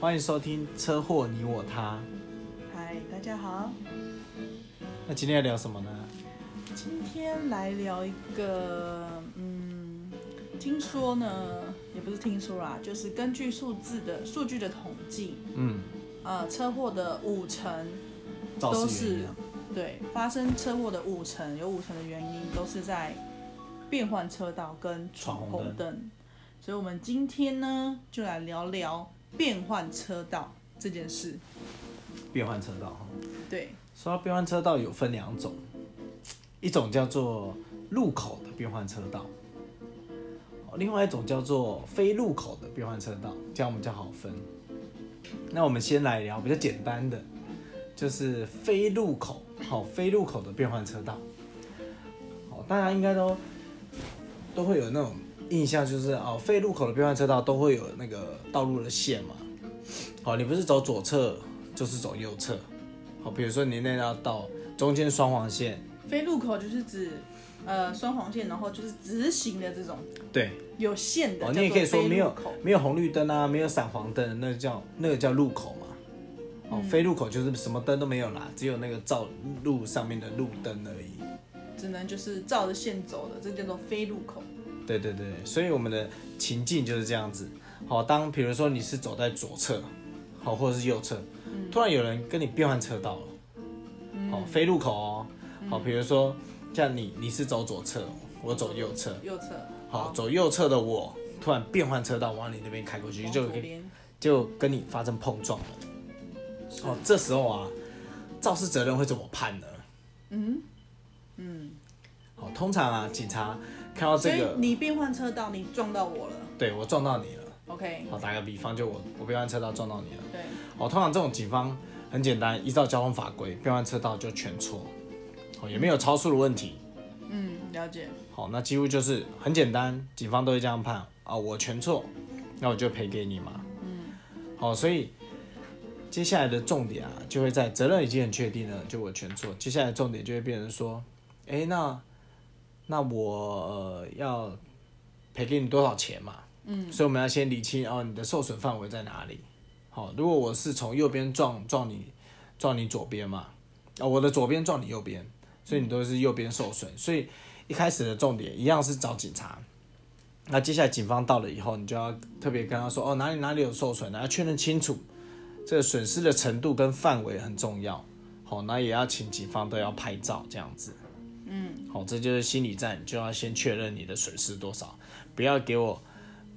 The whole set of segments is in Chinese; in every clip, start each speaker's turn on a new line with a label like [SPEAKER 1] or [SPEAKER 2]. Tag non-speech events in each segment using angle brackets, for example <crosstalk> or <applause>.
[SPEAKER 1] 欢迎收听《车祸你我他》。
[SPEAKER 2] 嗨，大家好，
[SPEAKER 1] 那今天要聊什么呢？
[SPEAKER 2] 今天来聊一个，嗯，听说呢，也不是听说啦，就是根据数字的数据的统计，
[SPEAKER 1] 嗯，
[SPEAKER 2] 呃，车祸的五成
[SPEAKER 1] 肇
[SPEAKER 2] 都
[SPEAKER 1] 事原
[SPEAKER 2] 是
[SPEAKER 1] 因啊。
[SPEAKER 2] 对发生车祸的五成，有五成的原因都是在变换车道跟
[SPEAKER 1] 闯
[SPEAKER 2] 闯
[SPEAKER 1] 红
[SPEAKER 2] 红灯，所以我们今天呢就来聊聊变换车道这件事。
[SPEAKER 1] 变换车道哈。
[SPEAKER 2] 对，
[SPEAKER 1] 说到变换车道，有分两种，一种叫做路口的变换车道，哦另外一种叫做非路口的变换车道，这样我们比较好分。那我们先来聊比较简单的，就是非路口，好、非路口的变换车道，好、大家应该都都会有那种印象，就是哦，非路口的变换车道都会有那个道路的线嘛，好、你不是走左侧就是走右侧，好，比如说你那道道中间双黄线，
[SPEAKER 2] 非路口就是指呃双黄线，然后就是直行的这种
[SPEAKER 1] 对，
[SPEAKER 2] 有线的，
[SPEAKER 1] 哦，
[SPEAKER 2] 叫
[SPEAKER 1] 你也
[SPEAKER 2] 做
[SPEAKER 1] 可以说
[SPEAKER 2] 非
[SPEAKER 1] 没
[SPEAKER 2] 路
[SPEAKER 1] 有
[SPEAKER 2] 口。
[SPEAKER 1] 没有红绿灯啊，没有闪黄灯，那个叫那个叫路口嘛。
[SPEAKER 2] 嗯
[SPEAKER 1] 哦，非路口就是什么灯都没有啦，只有那个照路上面的路灯而已。
[SPEAKER 2] 只能就是照着线走的，这叫做非路口。
[SPEAKER 1] 对对对，所以我们的情境就是这样子。好，当比如说你是走在左侧，好，或者是右侧，
[SPEAKER 2] 嗯
[SPEAKER 1] 突然有人跟你变换车道了，好，非路口哦。好，
[SPEAKER 2] 嗯
[SPEAKER 1] 比如说像你你是走左侧，我走右侧，
[SPEAKER 2] 右侧，
[SPEAKER 1] 好，走右侧的我突然变换车道往你那边开过去，
[SPEAKER 2] 往
[SPEAKER 1] 就
[SPEAKER 2] 左
[SPEAKER 1] 跟
[SPEAKER 2] 边，
[SPEAKER 1] 就跟你发生碰撞了。哦，这时候啊，肇事责任会怎么判呢？嗯
[SPEAKER 2] 嗯，
[SPEAKER 1] 好，通常啊，警察看到
[SPEAKER 2] 所
[SPEAKER 1] 这
[SPEAKER 2] 以
[SPEAKER 1] 个，
[SPEAKER 2] 你变换车道，你撞到我了
[SPEAKER 1] 对我撞到你了。
[SPEAKER 2] ，OK，
[SPEAKER 1] 好，打个比方，就我我变换车道撞到你了。
[SPEAKER 2] 对，
[SPEAKER 1] 好，通常这种警方很简单，依照交通法规，变换车道就全错，哦，也没有超速的问题。
[SPEAKER 2] 嗯，了解，
[SPEAKER 1] 好，那几乎就是很简单，警方都会这样判啊，我全错，那我就赔给你嘛。嗯，好，所以接下来的重点啊，就会在责任已经很确定了，就我全错。接下来重点就会变成说，诶，那那我、呃、要赔给你多少钱嘛？嗯，所以我们要先理清哦，你的受损范围在哪里？好，如果我是从右边撞撞你撞你左边嘛，啊、我的左边撞你右边，所以你都是右边受损，所以。一开始的重点一样是找警察。那接下来警方到了以后，你就要特别跟他说哦，哪里哪里有受损，然后确认清楚这个损失的程度跟范围很重要。好，那也要请警方都要拍照这样子。嗯，好，这就是心理战，你就要先确认你的损失多少，不要给我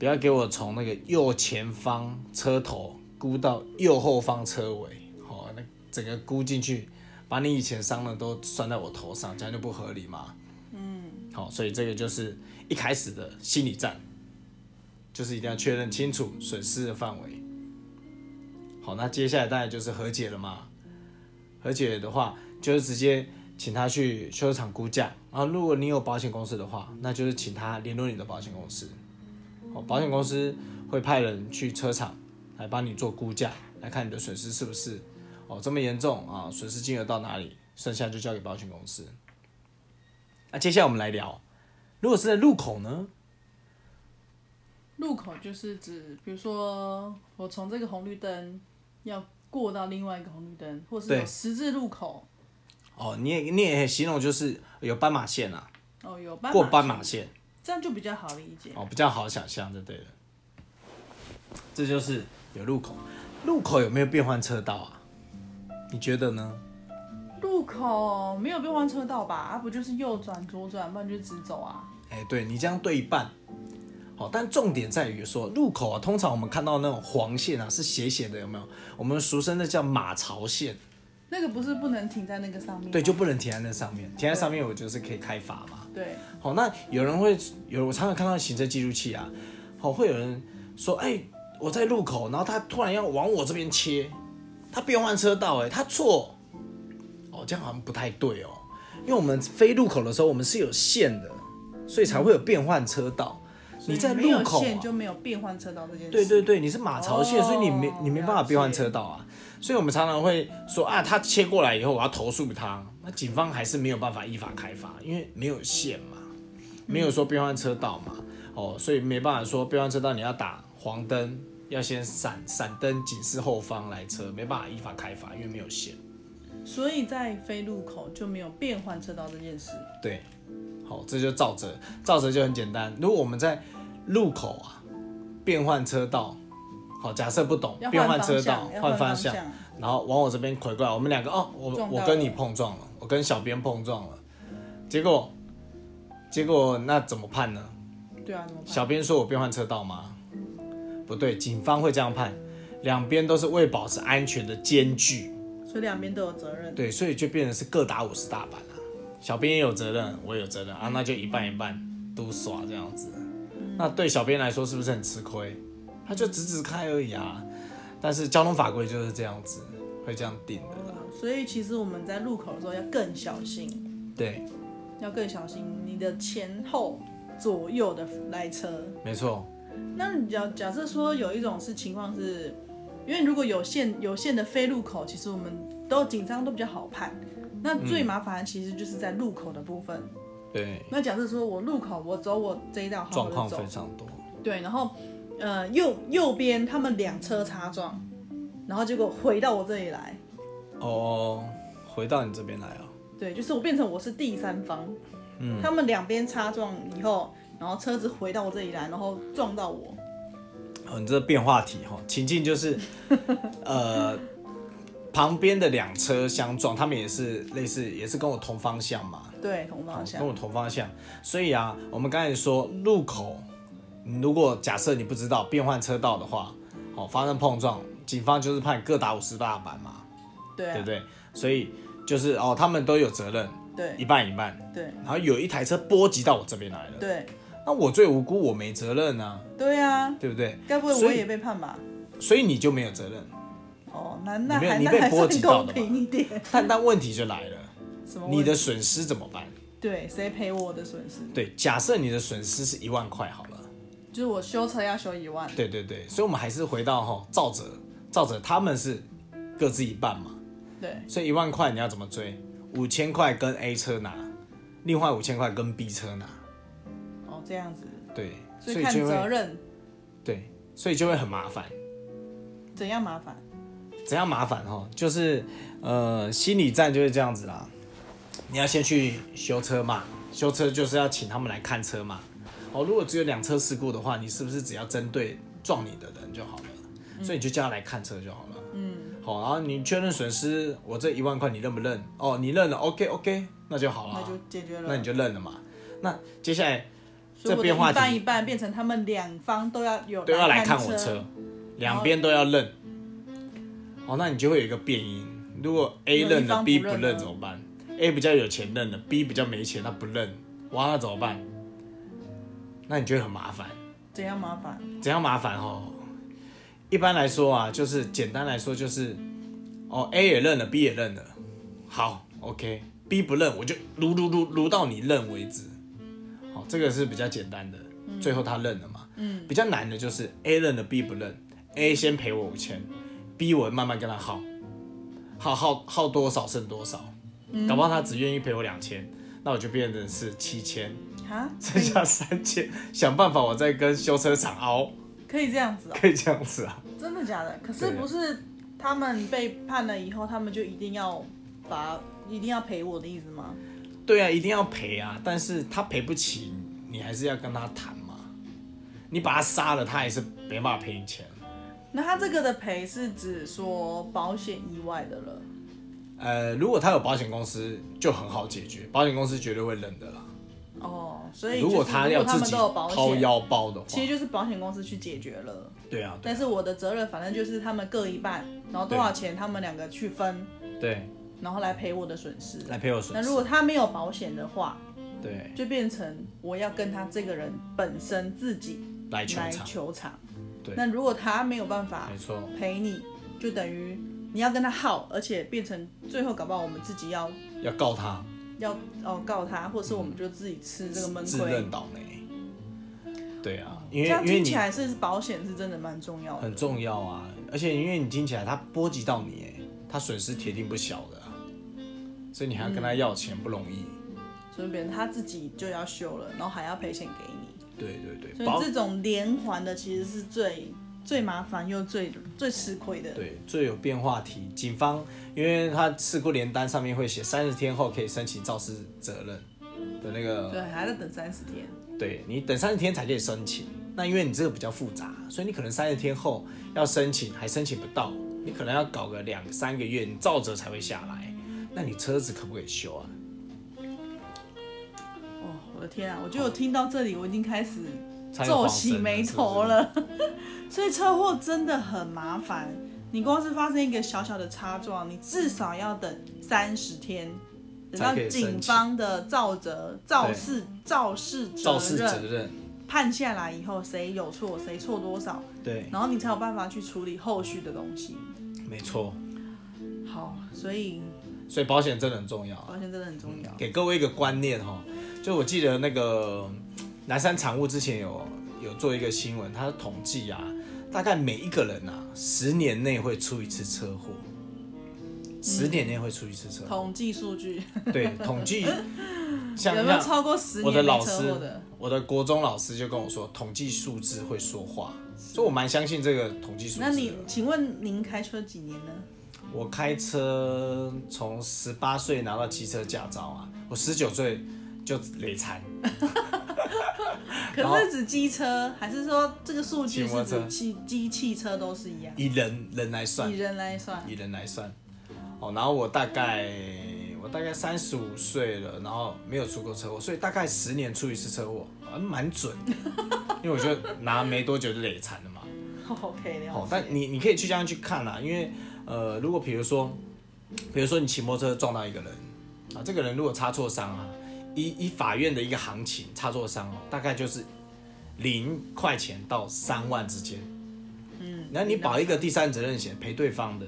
[SPEAKER 1] 不要给我从那个右前方车头估到右后方车尾，好，那整个估进去，把你以前伤的都算在我头上，这样就不合理嘛。好，所以这个就是一开始的心理战，就是一定要确认清楚损失的范围。好，那接下来当然就是和解了嘛。和解的话，就是直接请他去修车厂估价。然后，如果你有保险公司的话，那就是请他联络你的保险公司。哦，保险公司会派人去车厂来帮你做估价，来看你的损失是不是哦这么严重啊，损失金额到哪里，剩下就交给保险公司。那、接下来我们来聊，如果是在路口呢？
[SPEAKER 2] 路口就是指，比如说我从这个红绿灯要过到另外一个红绿灯，或是
[SPEAKER 1] 对
[SPEAKER 2] 有十字路口，
[SPEAKER 1] 哦，你也你也形容就是有斑马线啊，
[SPEAKER 2] 哦，有斑马
[SPEAKER 1] 过
[SPEAKER 2] 线
[SPEAKER 1] 斑马线
[SPEAKER 2] 这样就比较好理解。
[SPEAKER 1] 哦，比较好想象就对了。这就是有路口，路口有没有变换车道啊？你觉得呢？
[SPEAKER 2] 路口没有变换车道吧？啊，不就是右转、左转，不然就是直走啊。
[SPEAKER 1] 哎，对你这样对一半。好，但重点在于说路口啊，通常我们看到那种黄线啊是斜斜的，有没有？我们俗称的叫马槽线，
[SPEAKER 2] 那个不是不能停在那个上面吗？
[SPEAKER 1] 对，就不能停在那上面，停在上面我就是可以开罚嘛。
[SPEAKER 2] 对，
[SPEAKER 1] 好，那有人会有我常常看到行车记录器啊，好，会有人说，哎、我在路口，然后他突然要往我这边切，他变换车道、哎，他错，哦，这样好像不太对哦，因为我们非路口的时候，我们是有线的，所以才会有变换车道。你在
[SPEAKER 2] 没
[SPEAKER 1] 路
[SPEAKER 2] 有
[SPEAKER 1] 口、
[SPEAKER 2] 线
[SPEAKER 1] 啊，
[SPEAKER 2] 就没有变换车道这件事。
[SPEAKER 1] 对对对，你是马槽线，
[SPEAKER 2] 哦
[SPEAKER 1] 所以你没你没办法
[SPEAKER 2] 了解
[SPEAKER 1] 变换车道啊。所以我们常常会说啊，他切过来以后，我要投诉他。那警方还是没有办法依法开罚，因为没有线嘛，没有说变换车道嘛，哦，所以没办法说变换车道你要打黄灯，要先闪闪灯警示后方来车，没办法依法开罚，因为没有线。
[SPEAKER 2] 所以在非路口就没有变换车道这件事。
[SPEAKER 1] 对，好，这就照着，照着就很简单。如果我们在路口啊变换车道，好，假设不懂
[SPEAKER 2] 要
[SPEAKER 1] 变
[SPEAKER 2] 换
[SPEAKER 1] 车
[SPEAKER 2] 方
[SPEAKER 1] 道
[SPEAKER 2] 向，要
[SPEAKER 1] 换
[SPEAKER 2] 换
[SPEAKER 1] 方
[SPEAKER 2] 方向，
[SPEAKER 1] 然后往我这边回过来，我们两个哦，我
[SPEAKER 2] 撞到
[SPEAKER 1] 我跟
[SPEAKER 2] 了
[SPEAKER 1] 你碰撞了，我跟小编碰撞了，结果结果那怎么判呢？
[SPEAKER 2] 对啊，怎么办？
[SPEAKER 1] 小编说我变换车道吗？不对，警方会这样判，两边都是为保持安全的间距，
[SPEAKER 2] 所以两边都有责任。
[SPEAKER 1] 对，所以就变成是各打五十大板了、小编也有责任，我也有责任啊，那就一半一半都耍这样子。那对小编来说是不是很吃亏？他就直直开而已啊。但是交通法规就是这样子，会这样定的啦。
[SPEAKER 2] 所以其实我们在路口的时候要更小心，
[SPEAKER 1] 对，
[SPEAKER 2] 要更小心你的前后左右的来车。
[SPEAKER 1] 没错，
[SPEAKER 2] 那你假假设说有一种是情况是，因为如果有限有限的非路口，其实我们都紧张都比较好判。那最
[SPEAKER 1] 嗯
[SPEAKER 2] 麻烦其实就是在路口的部分。
[SPEAKER 1] 对，
[SPEAKER 2] 那假设说我路口我走我这一道好
[SPEAKER 1] 状
[SPEAKER 2] 好
[SPEAKER 1] 况
[SPEAKER 2] 的走
[SPEAKER 1] 非，常多。
[SPEAKER 2] 对，然后呃右右边他们两车擦撞，然后结果回到我这里来，
[SPEAKER 1] 哦，回到你这边来啊、
[SPEAKER 2] 对，就是我变成我是第三方，
[SPEAKER 1] 嗯
[SPEAKER 2] 他们两边擦撞以后，然后车子回到我这里来，然后撞到我，
[SPEAKER 1] 哦，你这变化题哈，情境
[SPEAKER 2] <laughs>
[SPEAKER 1] 就是，呃，旁边的两车相撞，他们也是类似，也是跟我同方向嘛，
[SPEAKER 2] 对，同
[SPEAKER 1] 哦
[SPEAKER 2] 方向
[SPEAKER 1] 跟，我同方向。所以啊，我们刚才说路口，你如果假设你不知道变换车道的话，哦，发生碰撞，警方就是判各打五十大板嘛，
[SPEAKER 2] 对
[SPEAKER 1] 对不
[SPEAKER 2] 啊，
[SPEAKER 1] 对？所以就是哦，他们都有责任，
[SPEAKER 2] 对
[SPEAKER 1] 一半一半。
[SPEAKER 2] 对
[SPEAKER 1] 然后有一台车波及到我这边来了，
[SPEAKER 2] 对
[SPEAKER 1] 那我最无辜，我没责任啊，
[SPEAKER 2] 对啊，
[SPEAKER 1] 对不对？
[SPEAKER 2] 该不会
[SPEAKER 1] 所
[SPEAKER 2] 我
[SPEAKER 1] 以
[SPEAKER 2] 也被判吧？
[SPEAKER 1] 所以你就没有责任。
[SPEAKER 2] 哦，那那
[SPEAKER 1] 你被
[SPEAKER 2] 还
[SPEAKER 1] 你
[SPEAKER 2] 那
[SPEAKER 1] 被
[SPEAKER 2] 还
[SPEAKER 1] 波
[SPEAKER 2] 算
[SPEAKER 1] 及到
[SPEAKER 2] 公
[SPEAKER 1] 的吧
[SPEAKER 2] 平一点，
[SPEAKER 1] 但但问题就来
[SPEAKER 2] <laughs>
[SPEAKER 1] 了，
[SPEAKER 2] 什么问
[SPEAKER 1] 你的损失怎么办？
[SPEAKER 2] 对谁赔我的损失？
[SPEAKER 1] 对，假设你的损失是一万块好了，
[SPEAKER 2] 就是我修车要修一万，
[SPEAKER 1] 对对对，所以我们还是回到哈，照着照着他们是各自一半嘛，
[SPEAKER 2] 对
[SPEAKER 1] 所以一万块你要怎么追？五千块跟 A 车拿，另外五千块跟 B 车拿，
[SPEAKER 2] 哦这样子，
[SPEAKER 1] 对，所
[SPEAKER 2] 所以
[SPEAKER 1] 以
[SPEAKER 2] 看
[SPEAKER 1] 就
[SPEAKER 2] 责
[SPEAKER 1] 会
[SPEAKER 2] 任
[SPEAKER 1] 对，所以就会很麻烦。
[SPEAKER 2] 怎样麻烦，
[SPEAKER 1] 怎样麻烦哈？就是呃，心理战就是这样子啦。你要先去修车嘛，修车就是要请他们来看车嘛。哦，如果只有两车事故的话，你是不是只要针对撞你的人就好
[SPEAKER 2] 嗯
[SPEAKER 1] 了？所以你就叫他来看车就好了。嗯。好，然后你确认损失，我这一万块你认不认？哦，你认了，OK OK，那就好了
[SPEAKER 2] 那
[SPEAKER 1] 啊。
[SPEAKER 2] 就解决了。
[SPEAKER 1] 那你就认了嘛。那接下来
[SPEAKER 2] 所以
[SPEAKER 1] 这
[SPEAKER 2] 我的
[SPEAKER 1] 变化
[SPEAKER 2] 一半
[SPEAKER 1] 题
[SPEAKER 2] 一半变成他们两方都要有
[SPEAKER 1] 都要来看
[SPEAKER 2] 看
[SPEAKER 1] 我车，两边都要认。哦，那你就会有一个变音。如果 A
[SPEAKER 2] 有一
[SPEAKER 1] 认了
[SPEAKER 2] 方
[SPEAKER 1] ，B
[SPEAKER 2] 不
[SPEAKER 1] 不
[SPEAKER 2] 认
[SPEAKER 1] 认
[SPEAKER 2] 呢
[SPEAKER 1] 怎么办？A 比较有钱认了，B 比较没钱，他不认，哇，那怎么办？那你就会很麻烦。
[SPEAKER 2] 怎样麻烦？
[SPEAKER 1] 怎样麻烦哦？一般来说啊，就是简单来说就是，哦，A 也认了，B 也认了，好，OK，B 不认，我就撸撸撸撸到你认为止。好、这个是比较简单的，最后他认了嘛。嗯。比较难的就是 A 认了，B 不认，A 先赔我五千，B 我慢慢跟他耗，耗耗耗多少剩多少，搞不好他只愿意赔我两千，那我就变成是七千，
[SPEAKER 2] 哈，
[SPEAKER 1] 剩下三千，想办法我再跟修车厂凹。
[SPEAKER 2] 可以这样子哦、
[SPEAKER 1] <laughs> 可以这样子啊？
[SPEAKER 2] 真的假的？可是
[SPEAKER 1] 对啊
[SPEAKER 2] 不是他们被判了以后，他们就一定要罚，一定要赔我的意思吗？
[SPEAKER 1] 对啊，一定要赔啊，但是他赔不起，你还是要跟他谈嘛。你把他杀了，他也是没办法赔你钱。
[SPEAKER 2] 那他这个的赔是指说保险意外的了，
[SPEAKER 1] 呃，如果他有保险公司，就很好解决，保险公司绝对会认的啦。
[SPEAKER 2] 哦，所以、就是、
[SPEAKER 1] 如果他要
[SPEAKER 2] 如果他
[SPEAKER 1] 自
[SPEAKER 2] 们
[SPEAKER 1] 己
[SPEAKER 2] 都有保
[SPEAKER 1] 掏
[SPEAKER 2] 险，
[SPEAKER 1] 腰包的话，
[SPEAKER 2] 其实就是保险公司去解决了。
[SPEAKER 1] 对啊，
[SPEAKER 2] 但是我的责任反正就是他们各一半，然后多少钱他们两个去分，
[SPEAKER 1] 对，
[SPEAKER 2] 然后来赔我的损失。
[SPEAKER 1] 来赔我
[SPEAKER 2] 那
[SPEAKER 1] 损
[SPEAKER 2] 如
[SPEAKER 1] 失。
[SPEAKER 2] 果他没有保险的话，
[SPEAKER 1] 对，
[SPEAKER 2] 就变成我要跟他这个人本身自己
[SPEAKER 1] 来球
[SPEAKER 2] 来
[SPEAKER 1] 场，
[SPEAKER 2] 球场。
[SPEAKER 1] 对
[SPEAKER 2] 那如果他没有办法
[SPEAKER 1] 没错，
[SPEAKER 2] 赔你，就等于你要跟他耗，而且变成最后搞不好我们自己要
[SPEAKER 1] 要告他
[SPEAKER 2] 要哦告他，或者是我们就自己吃这个闷
[SPEAKER 1] 自
[SPEAKER 2] 亏
[SPEAKER 1] 认。倒霉。对啊，因
[SPEAKER 2] 这
[SPEAKER 1] 为
[SPEAKER 2] 样
[SPEAKER 1] 因为
[SPEAKER 2] 听起
[SPEAKER 1] 你
[SPEAKER 2] 来是保险是真的蛮重要的
[SPEAKER 1] 很。重要啊，而且因为你听起来他波及到你，哎，他损失铁定不小的、啊，所以你还要跟他要钱不容易。
[SPEAKER 2] 所以别人他自己就要修了，然后还要赔钱给你，
[SPEAKER 1] 对对对，
[SPEAKER 2] 所以
[SPEAKER 1] 保
[SPEAKER 2] 这种连环的其实是最最麻烦又最最吃亏的。
[SPEAKER 1] 对，最有变化题。警方因为他事故联单上面会写三十天后可以申请肇事责任的那个，
[SPEAKER 2] 对，还在等三十天。
[SPEAKER 1] 对你等三十天才可以申请。那因为你这个比较复杂，所以你可能三十天后要申请还申请不到，你可能要搞个两三个月，你照着才会下来。那你车子可不可以修啊？
[SPEAKER 2] 哦，我的天啊！我觉得我听到这里，我已经开始
[SPEAKER 1] 差点
[SPEAKER 2] 皱
[SPEAKER 1] 晃
[SPEAKER 2] 起
[SPEAKER 1] 神
[SPEAKER 2] 眉
[SPEAKER 1] 啊是不
[SPEAKER 2] 头
[SPEAKER 1] 是。
[SPEAKER 2] 了。 <laughs> 所以车祸真的很麻烦，你光是发生一个小小的擦撞，你至少要等三十天，等到
[SPEAKER 1] 才可以申请
[SPEAKER 2] 警方的肇责、肇事、肇事
[SPEAKER 1] 肇
[SPEAKER 2] 责
[SPEAKER 1] 事
[SPEAKER 2] 任
[SPEAKER 1] 责任，
[SPEAKER 2] 判下来以后，谁有错，谁错多少，
[SPEAKER 1] 对，
[SPEAKER 2] 然后你才有办法去处理后续的东西。
[SPEAKER 1] 没错。
[SPEAKER 2] 好，所以
[SPEAKER 1] 所以保险真的很重要啊。
[SPEAKER 2] 保险真的很重要。
[SPEAKER 1] 给各位一个观念哈，就我记得那个嗯南山产物之前有有做一个新闻，他统计啊，大概每一个人啊，十年内会出一次车祸，十年内会出一次车祸。
[SPEAKER 2] 统计数据
[SPEAKER 1] 对，统 <laughs> 计像
[SPEAKER 2] 有没有
[SPEAKER 1] 像
[SPEAKER 2] 超过十
[SPEAKER 1] 我的
[SPEAKER 2] 年没
[SPEAKER 1] 老
[SPEAKER 2] 车
[SPEAKER 1] 师
[SPEAKER 2] 祸的？，
[SPEAKER 1] 我的国中老师就跟我说，统计数字会说话，所以我蛮相信这个统计数字的。
[SPEAKER 2] 那你请问您开车几年呢？
[SPEAKER 1] 我开车从十八岁拿到机车驾照啊，我十九岁就累残。然后
[SPEAKER 2] 可是指机车，还是说这个数据
[SPEAKER 1] 骑摩
[SPEAKER 2] 是
[SPEAKER 1] 托车
[SPEAKER 2] 指汽机、汽车都是一样？
[SPEAKER 1] 以人人来算
[SPEAKER 2] 以，人来算， <laughs>
[SPEAKER 1] 以人来算。哦，然后我大概我大概三十五岁了，然后没有出过车祸，所以大概十年出一次车祸，啊蛮准的因为我就拿没多久就累残了嘛。
[SPEAKER 2] OK 了解。
[SPEAKER 1] 哦，但你你可以去这样去看啦、因为呃，如果比如说，比如说你骑摩托车撞到一个人啊，这个人如果擦挫伤啊，依依法院的一个行情，擦挫伤哦，大概就是零块钱到三万之间。
[SPEAKER 2] 嗯，
[SPEAKER 1] 那你保一个第三责任险赔对方的，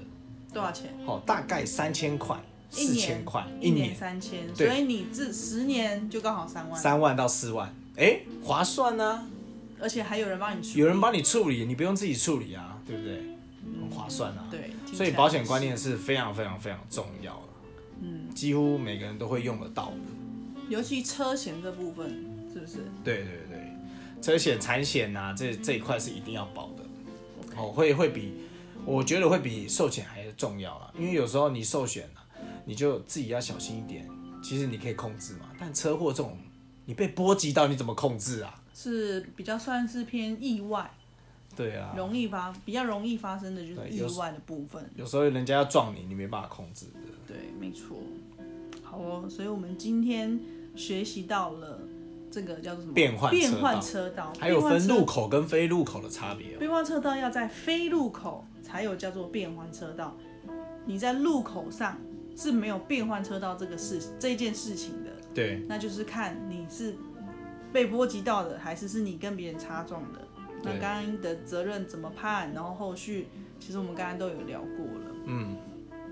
[SPEAKER 2] 多少钱？
[SPEAKER 1] 哦，大概三千块、
[SPEAKER 2] 一
[SPEAKER 1] 四
[SPEAKER 2] 年
[SPEAKER 1] 千块，
[SPEAKER 2] 一
[SPEAKER 1] 一
[SPEAKER 2] 年
[SPEAKER 1] 年
[SPEAKER 2] 三千，所
[SPEAKER 1] 对
[SPEAKER 2] 以你这十年就刚好三万，
[SPEAKER 1] 三万到四万，哎，划算呢、
[SPEAKER 2] 而且还有人帮你出，
[SPEAKER 1] 有人帮你处理，你不用自己处理啊，对不对？很划算啊。
[SPEAKER 2] 对，听起来
[SPEAKER 1] 所以保险观念是非常非常非常重要的，嗯，几乎每个人都会用得到的。
[SPEAKER 2] 尤其车险这部分是不是？
[SPEAKER 1] 对对对，车险、产险啊，这这一块是一定要保的。哦，会会比我觉得会比寿险还重要啦，因为有时候你寿险啊，你就自己要小心一点。其实你可以控制嘛，但车祸这种你被波及到，你怎么控制啊？
[SPEAKER 2] 是比较算是偏意外，
[SPEAKER 1] 对啊，
[SPEAKER 2] 容易发比较容易发生的就是
[SPEAKER 1] 对
[SPEAKER 2] 意
[SPEAKER 1] 有
[SPEAKER 2] 外的部分。
[SPEAKER 1] 有时候人家要撞你，你没办法控制的。
[SPEAKER 2] 对，没错。好哦，所以我们今天学习到了这个叫做什么？
[SPEAKER 1] 变换车道
[SPEAKER 2] 变换车道，
[SPEAKER 1] 还有分
[SPEAKER 2] 变
[SPEAKER 1] 路
[SPEAKER 2] 换车。
[SPEAKER 1] 口跟非路口的差别哦、
[SPEAKER 2] 变换车道要在非路口才有叫做变换车道，你在路口上是没有变换车道这个事这件事情的，
[SPEAKER 1] 对，
[SPEAKER 2] 那就是看你是被波及到的，还是是你跟别人擦撞的。那
[SPEAKER 1] 对
[SPEAKER 2] 刚刚的责任怎么判？然后后续其实我们刚刚都有聊过了。
[SPEAKER 1] 嗯，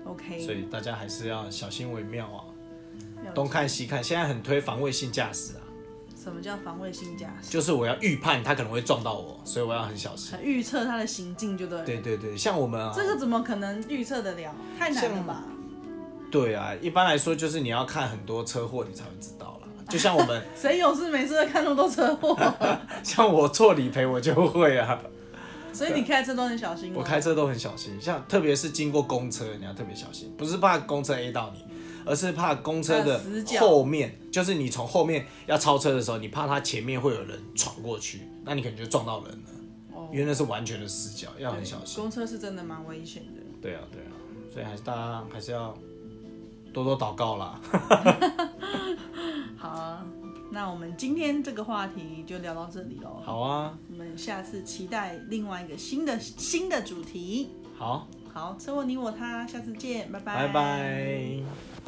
[SPEAKER 2] OK，
[SPEAKER 1] 所以大家还是要小心为妙啊，
[SPEAKER 2] 了
[SPEAKER 1] 东
[SPEAKER 2] 解
[SPEAKER 1] 看西看。现在很推防卫性驾驶啊，
[SPEAKER 2] 什么叫防卫性驾驶？
[SPEAKER 1] 就是我要预判他可能会撞到我，所以我要很小心。
[SPEAKER 2] 预测他的行径就对了。
[SPEAKER 1] 对对对，像我们啊，
[SPEAKER 2] 这个怎么可能预测得了？太难了吧？
[SPEAKER 1] 对啊，一般来说就是你要看很多车祸你才会知道啦。就像我
[SPEAKER 2] <laughs>
[SPEAKER 1] 们，
[SPEAKER 2] 谁有事没事会看那么多车
[SPEAKER 1] <laughs>
[SPEAKER 2] 祸？
[SPEAKER 1] 像我做理赔我就会啊，
[SPEAKER 2] 所以你开车都很小心哦吗？
[SPEAKER 1] 我开车都很小心，像特别是经过公车你要特别小心，不是怕公车 A 到你。而是怕公车的
[SPEAKER 2] 怕死角
[SPEAKER 1] 后面，就是你从后面要超车的时候，你怕它前面会有人闯过去，那你可能就撞到人了。
[SPEAKER 2] 哦
[SPEAKER 1] 因为那是完全的死角，要很小心。
[SPEAKER 2] 公车是真的蛮危险的。
[SPEAKER 1] 对啊，对啊，所以还是大家还是要多多祷告啦。
[SPEAKER 2] 好啊、那我们今天这个话题就聊到这里喽。
[SPEAKER 1] 好啊，
[SPEAKER 2] 我们下次期待另外一个新的新的主题。
[SPEAKER 1] 好，
[SPEAKER 2] 好，车祸你我他，下次见，拜拜，
[SPEAKER 1] 拜拜